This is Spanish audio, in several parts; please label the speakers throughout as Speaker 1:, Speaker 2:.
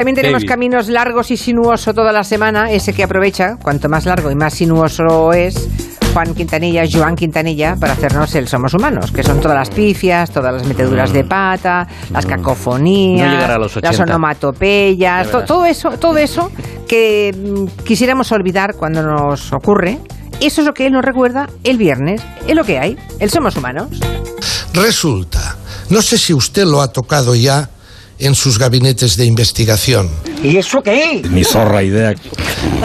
Speaker 1: También tenemos
Speaker 2: David.
Speaker 1: caminos largos y sinuoso toda la semana, ese que aprovecha, cuanto más largo y más sinuoso es, Juan Quintanilla, Joan Quintanilla, para hacernos el Somos Humanos, que son todas las pifias, todas las meteduras de pata, las
Speaker 2: Mm. No
Speaker 1: cacofonías,
Speaker 2: llegará a los 80.
Speaker 1: las onomatopeyas,
Speaker 2: Ya
Speaker 1: to-
Speaker 2: verás.
Speaker 1: todo eso, todo eso que mm, quisiéramos olvidar cuando nos ocurre. Eso es lo que él nos recuerda el viernes, es lo que hay, el Somos Humanos.
Speaker 3: Resulta, no sé si usted lo ha tocado ya en sus gabinetes de investigación.
Speaker 4: ¿Y eso qué?
Speaker 5: Mi zorra idea.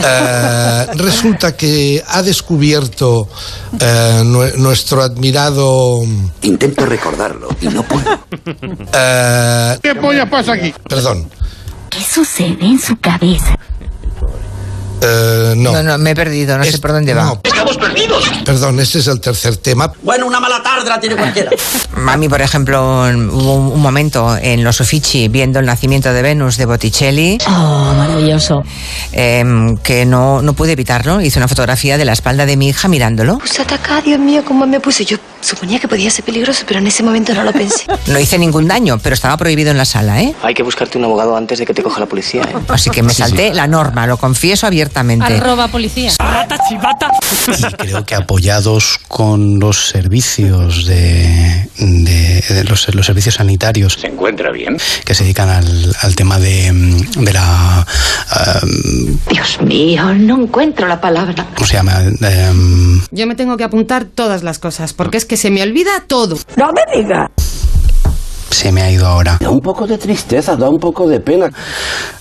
Speaker 3: Eh, resulta que ha descubierto eh, nue- nuestro admirado...
Speaker 6: Intento recordarlo y no puedo.
Speaker 3: eh,
Speaker 7: ¿Qué polla pasa aquí?
Speaker 3: perdón,
Speaker 8: ¿Qué sucede en su cabeza?
Speaker 3: eh, no.
Speaker 1: me he perdido, no
Speaker 3: Es- no,
Speaker 6: ¡Estamos perdidos!
Speaker 3: perdón, ese es el tercer tema.
Speaker 6: Bueno, una mala tarde la tiene cualquiera.
Speaker 1: Mami, por ejemplo, un- hubo un, un momento en los Uffizi viendo el nacimiento de Venus de Botticelli
Speaker 8: Oh, maravilloso.
Speaker 1: em, que no, no pude evitarlo. Hice una fotografía de la espalda de mi hija mirándolo.
Speaker 9: Puse atacada, Dios mío, cómo me puse. Yo suponía que podía ser peligroso, pero en ese momento no lo pensé.
Speaker 1: No hice ningún daño, pero estaba prohibido en la sala, ¿eh?
Speaker 4: Hay que buscarte un abogado antes de que te coja la policía, ¿eh?
Speaker 1: Así que me salté la norma, lo confieso abiertamente.
Speaker 10: Arroba policía.
Speaker 5: Y creo que apoyados con los servicios de, de- de los, los servicios sanitarios
Speaker 6: ¿Se encuentra bien?
Speaker 5: que se dedican al, al tema de, mm, de la ah,
Speaker 9: Dios mío, no encuentro la palabra.
Speaker 5: ¿cómo se llama? Em,
Speaker 10: Yo me tengo que apuntar todas las cosas, porque es que se me olvida todo.
Speaker 5: se me ha ido ahora.
Speaker 6: Da un poco de tristeza, da un poco de pena.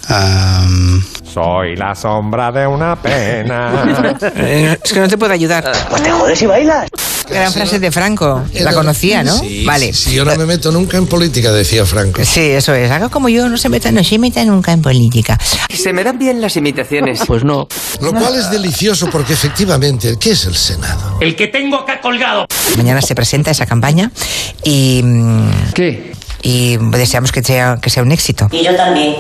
Speaker 5: Am,
Speaker 7: Soy la sombra de una pena.
Speaker 1: Eh, es que no te puedo ayudar.
Speaker 4: Pues te jodes y bailas.
Speaker 1: Gran frase de Franco, la conocía, ¿no?
Speaker 3: Sí,
Speaker 1: vale.
Speaker 3: sí, sí, yo no me meto nunca en política, decía Franco.
Speaker 1: Sí, eso es. Haga como yo, no se meta, no se meta nunca en política.
Speaker 4: ¿Se me dan bien las imitaciones? Pues no.
Speaker 3: Lo cual es delicioso porque efectivamente, ¿qué es el Senado?
Speaker 7: El que tengo acá colgado.
Speaker 1: Mañana se presenta esa campaña y, mm,
Speaker 4: ¿Qué?
Speaker 1: y deseamos que sea, que sea un éxito.
Speaker 4: Y yo también.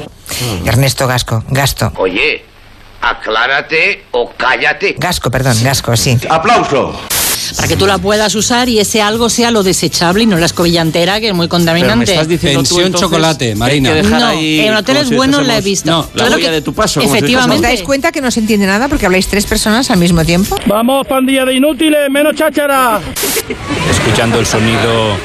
Speaker 1: Ernesto Gasco, Gasto,
Speaker 6: Oye, aclárate o cállate.
Speaker 1: Gasco, perdón, Gasco, sí.
Speaker 6: ¡Aplauso!
Speaker 10: Para que tú la puedas usar y ese algo sea lo desechable y no la escobilla entera, que es muy contaminante.
Speaker 5: Pensión chocolate, Marina.
Speaker 10: no, en hoteles buenos la he visto. Yo creo que-
Speaker 1: ¿Os
Speaker 10: Efectivamente.
Speaker 1: dais cuenta que no se entiende nada porque habláis tres personas al mismo tiempo?
Speaker 7: Vamos, pandilla de inútiles, menos cháchara.
Speaker 5: Escuchando el sonido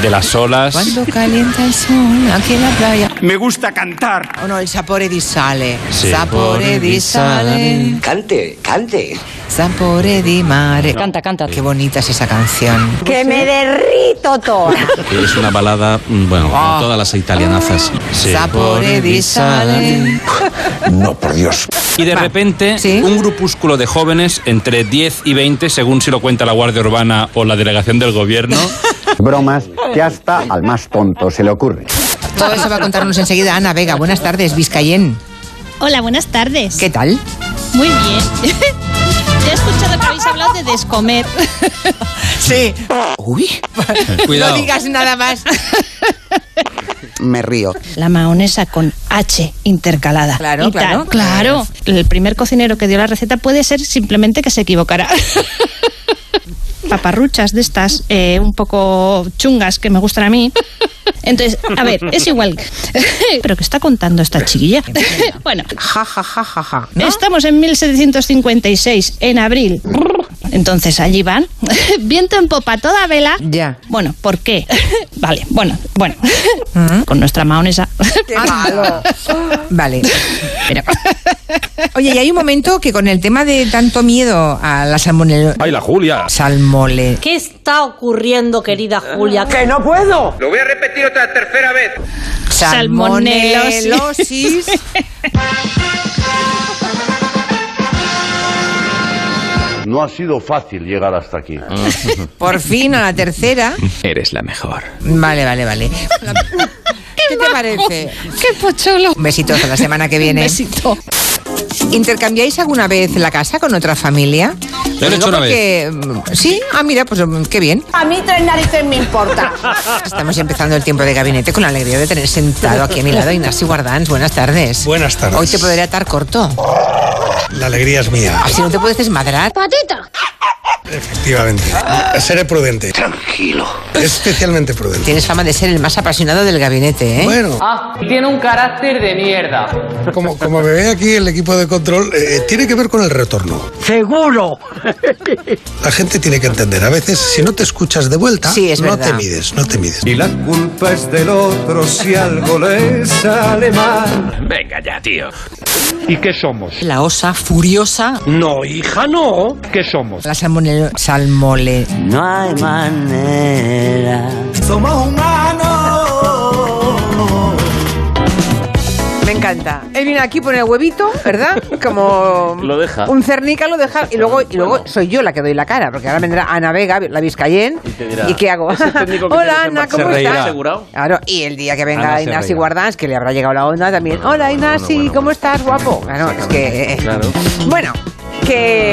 Speaker 5: de las olas.
Speaker 1: Cuando calienta el sol aquí en la playa.
Speaker 7: Me gusta cantar.
Speaker 1: O no, el sapore di sale.
Speaker 5: Sí.
Speaker 1: Sapore di sale.
Speaker 4: Cante, cante.
Speaker 1: Sapore di mare.
Speaker 10: Canta, canta.
Speaker 1: Qué bonita es esa canción.
Speaker 8: Que me derrito todo.
Speaker 5: Es una balada, mm, bueno, con todas las italianazas.
Speaker 1: Sapore di sale.
Speaker 6: No, por Dios.
Speaker 5: Y de repente,
Speaker 1: ¿Sí?
Speaker 5: un grupúsculo de jóvenes, entre 10 y 20, según si lo cuenta la Guardia Urbana o la delegación del gobierno,
Speaker 6: Bromas que hasta al más tonto se le ocurre.
Speaker 1: Todo eso va a contarnos enseguida Ana Vega. Buenas tardes, Vizcayen.
Speaker 10: Hola, buenas tardes.
Speaker 1: ¿Qué tal?
Speaker 10: Muy bien. Ya he escuchado que habéis hablado de descomer.
Speaker 1: Sí.
Speaker 5: Cuidado.
Speaker 1: No digas nada más.
Speaker 4: Me río.
Speaker 8: La mahonesa con H intercalada.
Speaker 1: Claro,
Speaker 8: Y
Speaker 1: claro.
Speaker 8: tal. Claro. El primer cocinero que dio la receta puede ser simplemente que se equivocara. Paparruchas de estas, eh, un poco chungas que me gustan a mí. Entonces, a ver, es igual. ¿Pero qué está contando esta chiquilla? bueno,
Speaker 1: Ja, ja, ja, ja, ja. ¿No?
Speaker 8: Estamos en 1756, en abril. Entonces allí van. Viento en popa toda vela.
Speaker 1: Ya.
Speaker 8: Bueno, ¿por qué? vale, bueno, bueno.
Speaker 2: Mm.
Speaker 8: Con nuestra maonesa.
Speaker 1: Anda. Vale.
Speaker 8: Pero-
Speaker 1: Oye, y hay un momento que con el tema de tanto miedo a la salmonel...
Speaker 5: ¡Ay, la Julia!
Speaker 1: Salmole...
Speaker 10: ¿Qué está ocurriendo, querida Julia?
Speaker 6: Lo voy a repetir otra tercera vez.
Speaker 8: Salmonelosis.
Speaker 1: Salmonelosis.
Speaker 6: No ha sido fácil llegar hasta aquí.
Speaker 2: Ah.
Speaker 1: Por fin, a la tercera.
Speaker 4: Eres la mejor.
Speaker 1: Vale, vale, vale. ¿Qué te parece?
Speaker 8: ¡Qué pocholo!
Speaker 1: Un besito hasta la semana que viene.
Speaker 8: Besito.
Speaker 1: ¿Intercambiáis alguna vez la casa con otra familia?
Speaker 5: Lo he
Speaker 1: Digo
Speaker 5: hecho una
Speaker 1: porque- Sí, ah, mira, pues mm, qué bien.
Speaker 8: A mí tres narices me importa.
Speaker 1: Estamos empezando el tiempo de gabinete con la alegría de tener sentado aquí a mi lado a Ignacio Guardans. Buenas tardes.
Speaker 3: Buenas tardes.
Speaker 1: Hoy te podría atar corto.
Speaker 3: La alegría es mía.
Speaker 1: Así no te puedes desmadrar.
Speaker 8: ¡Patita!
Speaker 3: Efectivamente.
Speaker 1: Ah.
Speaker 3: Seré prudente.
Speaker 4: Tranquilo.
Speaker 3: Especialmente prudente.
Speaker 1: Tienes fama de ser el más apasionado del gabinete, ¿eh?
Speaker 3: Bueno,
Speaker 2: Ah, tiene un carácter de mierda.
Speaker 3: como, como me ve aquí el equipo de control, eh, tiene que ver con el retorno.
Speaker 2: ¡Seguro!
Speaker 3: La gente tiene que entender. A veces, si no te escuchas de vuelta,
Speaker 1: Sí, es
Speaker 3: no
Speaker 1: verdad.
Speaker 3: te mides, no te mides.
Speaker 7: Y la culpa es del otro si algo le sale mal.
Speaker 2: Venga ya, tío.
Speaker 7: ¿Y qué somos?
Speaker 10: La osa furiosa.
Speaker 7: No, hija, no. ¿Qué somos?
Speaker 1: La salmonel... Salmole...
Speaker 4: No hay manera.
Speaker 7: Somos humanos.
Speaker 1: Me encanta. Él viene aquí, pone el huevito, ¿verdad? Como...
Speaker 2: Lo deja.
Speaker 1: Un cernica lo deja. Y luego, y luego soy yo la que doy la cara, porque ahora vendrá Ana Vega, la Vizcayen.
Speaker 2: Y te dirá,
Speaker 1: ¿Y qué hago?
Speaker 2: "Es el técnico que
Speaker 1: Hola,
Speaker 2: tienes en
Speaker 1: Ana,
Speaker 2: marcha".
Speaker 1: ¿cómo
Speaker 2: Se reirá.
Speaker 1: estás?
Speaker 2: ¿Asegurado?
Speaker 1: Claro, y el día que
Speaker 2: Ana
Speaker 1: venga
Speaker 2: se
Speaker 1: Inasi
Speaker 2: reirá.
Speaker 1: Guardans, que le habrá llegado la onda también. Hola, Inasi, ¿cómo estás, guapo? Claro, es que...
Speaker 2: Claro.
Speaker 1: Bueno, eh, que...